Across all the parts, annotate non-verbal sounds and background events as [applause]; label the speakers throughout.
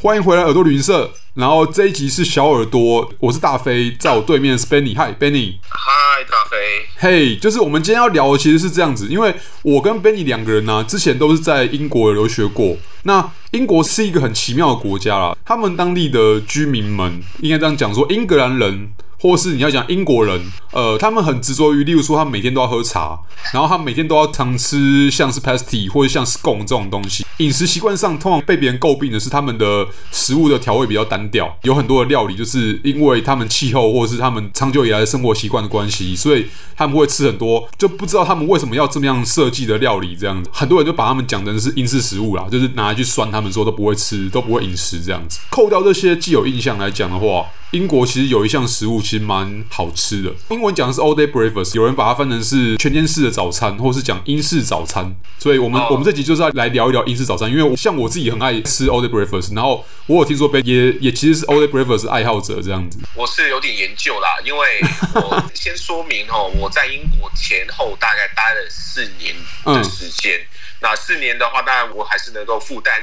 Speaker 1: 欢迎回来耳朵旅行社。然后这一集是小耳朵，我是大飞，在我对面是 Benny。嗨，Benny。
Speaker 2: 嗨，大飞，
Speaker 1: 嘿就是我们今天要聊的其实是这样子，因为我跟 Benny 两个人呢、之前都是在英国留学过。那英国是一个很奇妙的国家啦，他们当地的居民们应该这样讲说，英格兰人。或是你要讲英国人，呃，他们很执着于，例如说，他每天都要喝茶，然后他每天都要常吃像是 pasty 或者像是 scone 这种东西。饮食习惯上，通常被别人诟病的是他们的食物的调味比较单调，有很多的料理就是因为他们气候或者是他们长久以来的生活习惯的关系，所以他们会吃很多就不知道他们为什么要这么样设计的料理这样子。很多人就把他们讲成是英式食物啦，就是拿来去酸他们说都不会吃，都不会饮食这样子。扣掉这些既有印象来讲的话，英国其实有一项食物其实蛮好吃的，英文讲的是 all day breakfast，有人把它翻成是全天式的早餐，或是讲英式早餐。所以我们、
Speaker 2: 哦
Speaker 1: 我们这集就是要来聊一聊英式早餐，因为我像我自己很爱吃 all day breakfast，然后我有听说被也也其实是 all day breakfast 爱好者这样子。
Speaker 2: 我是有点研究啦，因为我先说明哦，我在英国前后大概待了四年的时间。那四年的话，当然我还是能够负担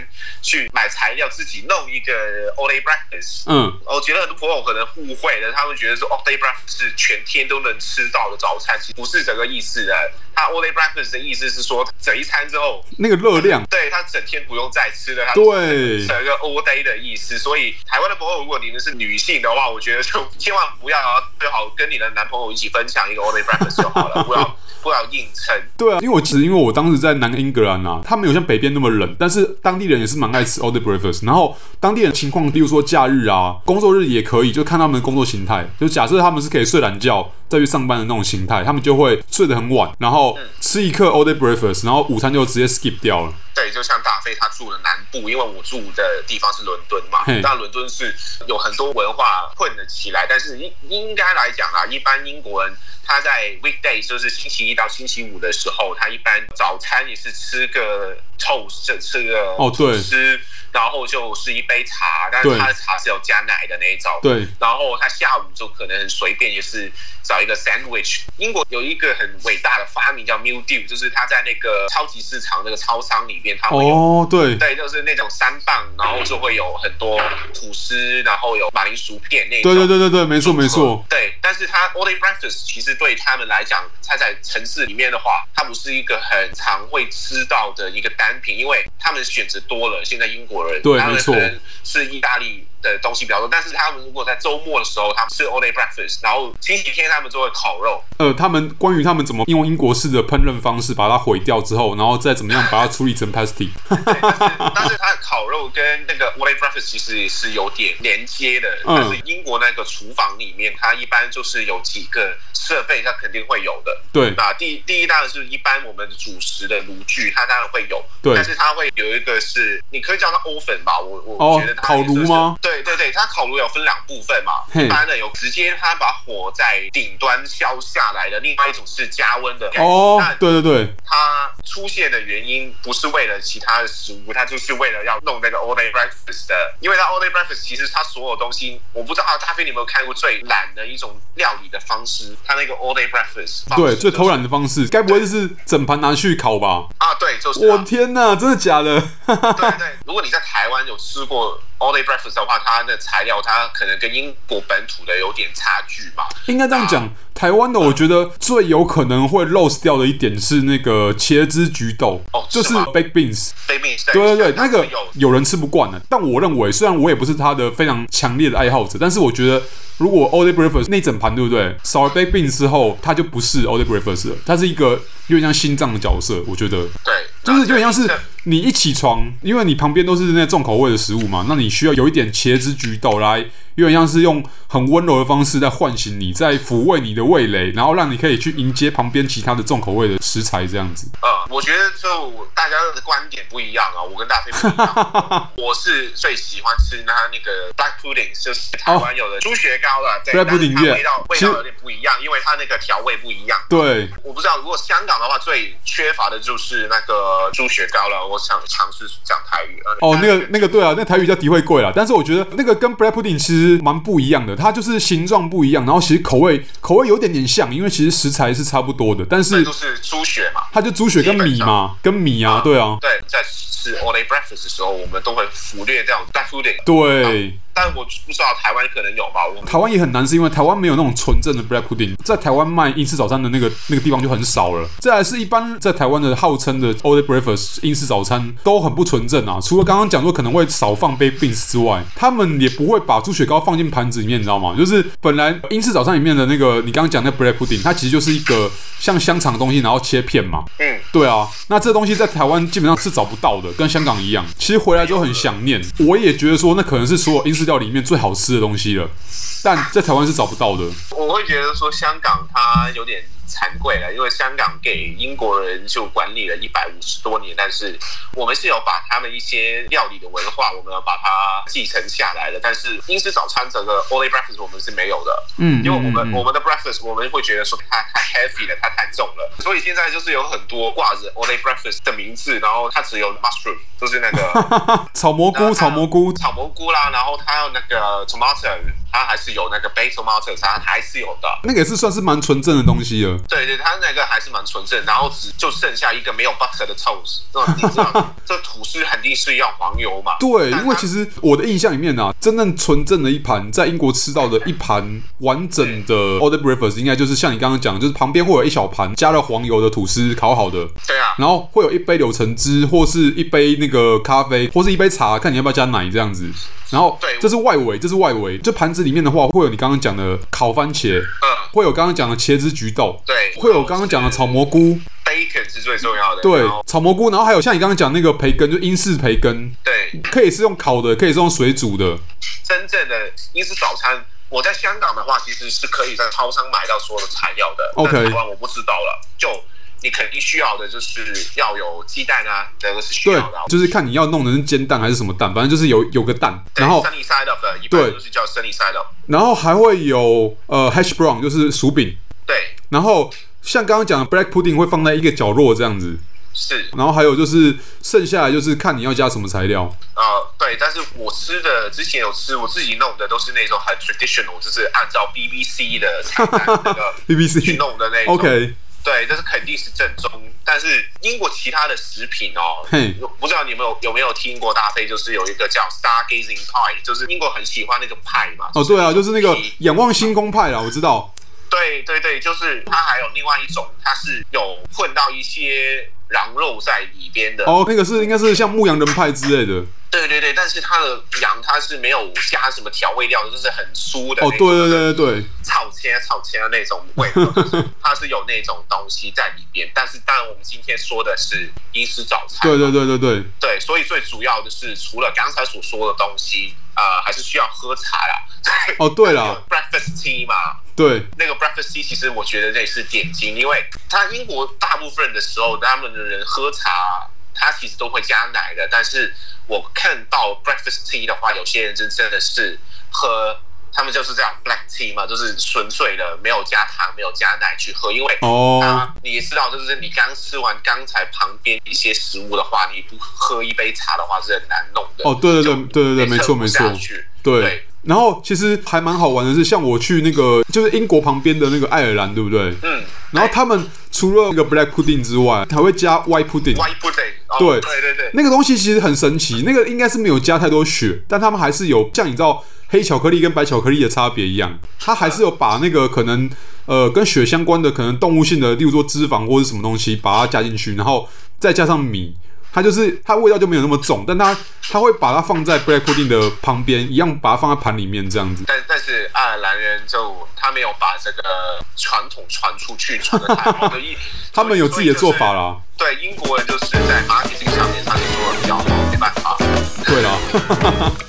Speaker 2: 去买材料，自己弄一个 all day breakfast。
Speaker 1: 嗯，
Speaker 2: 我觉得很多朋友可能误会了，他们觉得说 all day breakfast 是全天都能吃到的早餐，其实不是这个意思的。它 all day breakfast 的意思是说，整一餐之后，
Speaker 1: 那个热量，
Speaker 2: 对他整天不用再吃了，他
Speaker 1: 对
Speaker 2: 整个 all day 的意思。所以台湾的朋友，如果你们是女性的话，我觉得就 [laughs] 千万不要啊，最好跟你的男朋友一起分享一个 all day breakfast 就好了，不要不要硬撑。
Speaker 1: 对啊，因为我其实因为我当时在南英格兰啊，他没有像北边那么冷，但是当地人也是蛮爱吃 all day breakfast。然后当地人情况，例如说假日啊、工作日也可以，就看他们的工作形态。就假设他们是可以睡懒觉再去上班的那种形态，他们就会睡得很晚，然后吃一克 all day breakfast，然后午餐就直接 skip 掉了。
Speaker 2: 对，就像大飞他住的南部，因为我住的地方是伦敦嘛
Speaker 1: 嘿，
Speaker 2: 那伦敦是有很多文化混得起来，但是应应该来讲啊，一般英国人他在 weekday 就是星期一到星期五的时候，他一般早餐也是吃个臭吃吃个
Speaker 1: 哦对
Speaker 2: 吃，然后就是一杯茶，但是
Speaker 1: 对
Speaker 2: 他的茶是有加奶的那一种，
Speaker 1: 对，
Speaker 2: 然后他下午就可能随便也是找一个 sandwich。英国有一个很伟大的发明叫 meal deal，就是他在那个超级市场那个超商里面，他会有、
Speaker 1: 哦，对，
Speaker 2: 对，就是那种三磅，然后就会有很多吐司，然后有马铃薯片那种。
Speaker 1: 对对对对对，没错没错，
Speaker 2: 对，但是它 all day breakfast 其实对他们来讲，它在城市里面的话，它不是一个很常会吃到的一个单品，因为他们选择多了。现在英国人
Speaker 1: 对
Speaker 2: 他
Speaker 1: 没
Speaker 2: 们
Speaker 1: 错
Speaker 2: 可能是意大利的东西比较多，但是他们如果在周末的时候，他们吃 all day breakfast，然后星期天他们就会烤
Speaker 1: [laughs]
Speaker 2: 肉，
Speaker 1: 呃，他们关于他们怎么用英国式的烹饪方式把它毁掉之后，然后再怎么样把它处理成
Speaker 2: [laughs]
Speaker 1: pasty。
Speaker 2: 对，但是但是它的烤肉跟那个 all day breakfast 其实也是有点连接的。
Speaker 1: 嗯
Speaker 2: 但是英国那个厨房里面，它一般就是有几个设备，它肯定会有的。
Speaker 1: 对，
Speaker 2: 那第第一当然是一般我们主食的炉具，它当然会有，
Speaker 1: 对
Speaker 2: 但是它会有一个是你可以叫它 oven 吧，我
Speaker 1: 哦
Speaker 2: 我觉得它
Speaker 1: 烤炉吗？
Speaker 2: 对对对，它烤炉有分两部分嘛，
Speaker 1: 嘿
Speaker 2: 一般的有直接它把火在顶端烧下来的，另外一种是加温的。
Speaker 1: 哦
Speaker 2: 那，
Speaker 1: 对对对，
Speaker 2: 它出现的原因不是为了其他的食物，它就是为了要弄那个 all day breakfast 的，因为它 all day breakfast 其实它所有东西，我不知道大飞你有没有看过最懒的一种料理的方式，它那个 all day breakfast 方式
Speaker 1: 对，最
Speaker 2: 就是
Speaker 1: 偷懒的方式，该不会就是整盘拿去烤吧？
Speaker 2: 啊，对，就是
Speaker 1: 我
Speaker 2: 啊、
Speaker 1: 天哪，真的假的？
Speaker 2: [laughs] 对对。如果你在台湾有吃过 all day breakfast 的话，它的材料它可能跟英国本土的有点差距嘛。
Speaker 1: 应该这样讲，台湾的我觉得最有可能会 lose 掉的一点是那个茄汁菊豆，
Speaker 2: 哦
Speaker 1: 就是
Speaker 2: 是吗
Speaker 1: baked beans。
Speaker 2: 对面对
Speaker 1: 对对对，那
Speaker 2: 它
Speaker 1: 个
Speaker 2: 是有
Speaker 1: 有人吃不惯的，但我认为，虽然我也不是他的非常强烈的爱好者，但是我觉得，如果 all day breakfast 那整盘对不对，少了 baked beans 之后，它就不是 all day breakfast 了，它是一个有点像心脏的角色，我觉得。
Speaker 2: 对，
Speaker 1: 就是有点像是
Speaker 2: 这
Speaker 1: 你一起床，因为你旁边都是那重口味的食物嘛，那你需要有一点茄子菊豆来，有点像是用很温柔的方式在唤醒你，在抚慰你的味蕾，然后让你可以去迎接旁边其他的重口味的食材，这样子。
Speaker 2: 呃，我觉得就大家的观点不一样啊，我跟大飞不一
Speaker 1: [laughs]
Speaker 2: 样。我是最喜欢吃它那个 black pudding，就是台湾有的猪血糕了。对
Speaker 1: 哦 Black
Speaker 2: 但是
Speaker 1: pudding，
Speaker 2: 它
Speaker 1: yeah
Speaker 2: 味道味
Speaker 1: 其实
Speaker 2: 道有点不一样，因为它那个调味不一样。
Speaker 1: 对，
Speaker 2: 我不知道，如果香港的话，最缺乏的就是那个猪血糕了。我候想尝试讲台语。
Speaker 1: 哦，那个那个对啊，那台语叫迪会贵啦，但是我觉得那个跟 bread pudding 其实蛮不一样的，它就是形状不一样，然后其实口味口味有点点像，因为其实食材是差不多的，但是
Speaker 2: 都是猪血嘛，
Speaker 1: 它就猪血跟米嘛，跟米啊，对啊，
Speaker 2: 对，在吃 all day breakfast 的时候，我们都会忽略掉 bread pudding。
Speaker 1: 对。
Speaker 2: 但我不知道台湾可能有吧，我
Speaker 1: 台湾也很难，是因为台湾没有那种纯正的 bread pudding，在台湾卖英式早餐的那个那个地方就很少了。再来是一般在台湾的号称的 all day breakfast 英式早餐都很不纯正啊，除了刚刚讲说可能会少放 baked beans 之外，他们也不会把猪血糕放进盘子里面，你知道吗？就是本来英式早餐里面的那个你刚刚讲那 bread pudding，它其实就是一个像香肠的东西，然后切片嘛。
Speaker 2: 嗯，
Speaker 1: 对啊，那这东西在台湾基本上是找不到的，跟香港一样。其实回来之后很想念，我也觉得说那可能是所有英式料理里面最好吃的东西了，但在台湾是找不到的。
Speaker 2: 我会觉得说香港它有点惭愧了，因为香港给英国人就管理了一百五十多年，但是我们是有把他们一些料理的文化，我们有把它继承下来的。但是英式早餐整个 all day breakfast 我们是没有的，
Speaker 1: 嗯，
Speaker 2: 因为我们
Speaker 1: 嗯嗯
Speaker 2: 我们的 breakfast 我们会觉得说它太 heavy 了，它太重了，所以现在就是有很多挂着 all day breakfast 的名字，然后它只有 mushroom，就是那个。
Speaker 1: [laughs] 炒蘑菇，炒蘑菇，
Speaker 2: 炒蘑菇啦，然后它有那个 tomato，它还是有那个 bay tomato，它还是有的。
Speaker 1: 那个也是算是蛮纯正的东西了。
Speaker 2: 对对，它那个还是蛮纯正，然后只就剩下一个没有 butter 的 toast。这种你知
Speaker 1: [laughs]
Speaker 2: 道，这吐司肯定是要黄油嘛。
Speaker 1: 对，
Speaker 2: 但它
Speaker 1: 因为其实我的印象里面啊，真正纯正的一盘在英国吃到的一盘完整的 all day breakfast，应该就是像你刚刚讲的，就是旁边会有一小盘加了黄油的吐司烤好的，
Speaker 2: 对啊，
Speaker 1: 然后会有一杯柳橙汁，或是一杯那个咖啡，或是一杯茶，看你要不要加奶这样子。然后
Speaker 2: 对
Speaker 1: 这是外围，这是外围。这盘子里面的话，会有你刚刚讲的烤番茄，
Speaker 2: 嗯，
Speaker 1: 会有刚刚讲的茄子菊豆，
Speaker 2: 对，
Speaker 1: 会有刚刚讲的炒蘑菇，
Speaker 2: bacon 是最重要的。
Speaker 1: 对
Speaker 2: 然后，
Speaker 1: 炒蘑菇，然后还有像你刚刚讲那个培根，就英式培根，
Speaker 2: 对，
Speaker 1: 可以是用烤的，可以是用水煮的。
Speaker 2: 真正的英式早餐。我在香港的话，其实是可以在超商买到所有的材料的。
Speaker 1: OK
Speaker 2: 但台湾我不知道了，就你肯定需要的就是要有鸡蛋啊，这个是需
Speaker 1: 对
Speaker 2: 要的啊。，
Speaker 1: 就是看你要弄的是煎蛋还是什么蛋，反正就是有有个蛋，
Speaker 2: 对
Speaker 1: 然后
Speaker 2: sunny side up 的，一
Speaker 1: 对
Speaker 2: 般就是叫 sunny side up。
Speaker 1: 然后还会有呃 hash brown，就是薯饼，
Speaker 2: 对，
Speaker 1: 然后像刚刚讲的 black pudding 会放在一个角落这样子，
Speaker 2: 是
Speaker 1: 然后还有就是剩下来就是看你要加什么材料。
Speaker 2: 呃，对，但是我吃的之前有吃，我自己弄的都是那种很 traditional，就是按照 BBC 的菜单
Speaker 1: [laughs]
Speaker 2: 那个去 [laughs]
Speaker 1: BBC
Speaker 2: 弄的那种。
Speaker 1: OK，
Speaker 2: 对，这是肯定是正宗。但是英国其他的食品哦
Speaker 1: 嘿，
Speaker 2: 不知道你们有有没有听过大飞，就是有一个叫 stargazing pie，就是英国很喜欢那个派嘛。
Speaker 1: 哦对啊，就是那个
Speaker 2: 皮
Speaker 1: 仰望星空派啊啦，我知道。
Speaker 2: 对对对，就是它还有另外一种，它是有混到一些羊肉在里边的。
Speaker 1: 哦，那个是应该是像牧羊人派之类的。
Speaker 2: 对对对，但是它的羊它是没有加什么调味料的，就是很酥的
Speaker 1: 哦，
Speaker 2: 那
Speaker 1: 对
Speaker 2: 种
Speaker 1: 对对对对，
Speaker 2: 炒切炒切的那种味
Speaker 1: [laughs]
Speaker 2: 道，就是它是有那种东西在里边。但是当然我们今天说的是英式早餐
Speaker 1: 对
Speaker 2: 嘛，
Speaker 1: 对对对对，
Speaker 2: 对，所以最主要的是除了刚才所说的东西，呃，还是需要喝茶啦。 [laughs]
Speaker 1: 哦对啦，
Speaker 2: ，breakfast tea 嘛，
Speaker 1: 对
Speaker 2: 那个 breakfast tea 其实我觉得这也是点睛，因为它英国大部分的时候，他们的人喝茶，他其实都会加奶的。但是我看到 breakfast tea 的话，有些人真真的是喝，他们就是这样 black tea 嘛，就是纯粹的，没有加糖，没有加奶去喝，因为。
Speaker 1: 哦
Speaker 2: 啊，你也知道，就是你刚吃完刚才旁边一些食物的话，你不喝一杯茶的话是很难弄的。
Speaker 1: 哦对对对
Speaker 2: 就
Speaker 1: 对对对，
Speaker 2: 你
Speaker 1: 没错
Speaker 2: 撑不
Speaker 1: 没
Speaker 2: 下
Speaker 1: 错。
Speaker 2: 去
Speaker 1: 对
Speaker 2: 对。
Speaker 1: 然后其实还蛮好玩的是，像我去那个就是英国旁边的那个爱尔兰，对不对？
Speaker 2: 嗯，
Speaker 1: 然后他们除了那个 black pudding 之外，还会加 white pudding。
Speaker 2: white pudding，哦
Speaker 1: 对
Speaker 2: 对对对，
Speaker 1: 那个东西其实很神奇，那个应该是没有加太多血，但他们还是有像你知道黑巧克力跟白巧克力的差别一样，它还是有把那个可能呃跟血相关的可能动物性的，例如说脂肪或者什么东西，把它加进去，然后再加上米，它就是它味道就没有那么重，但它它会把它放在 black pudding 的旁边，一样把它放在盘里面这样子。
Speaker 2: 但但是爱尔兰人就他没有把这个传统传出去，传的
Speaker 1: [laughs]
Speaker 2: 太好，所以
Speaker 1: 他们有自己的做法。
Speaker 2: 所以
Speaker 1: 啦，
Speaker 2: 就是对英国人就是在 marketing 上面，他们做的比较好，没办法。
Speaker 1: 对啦。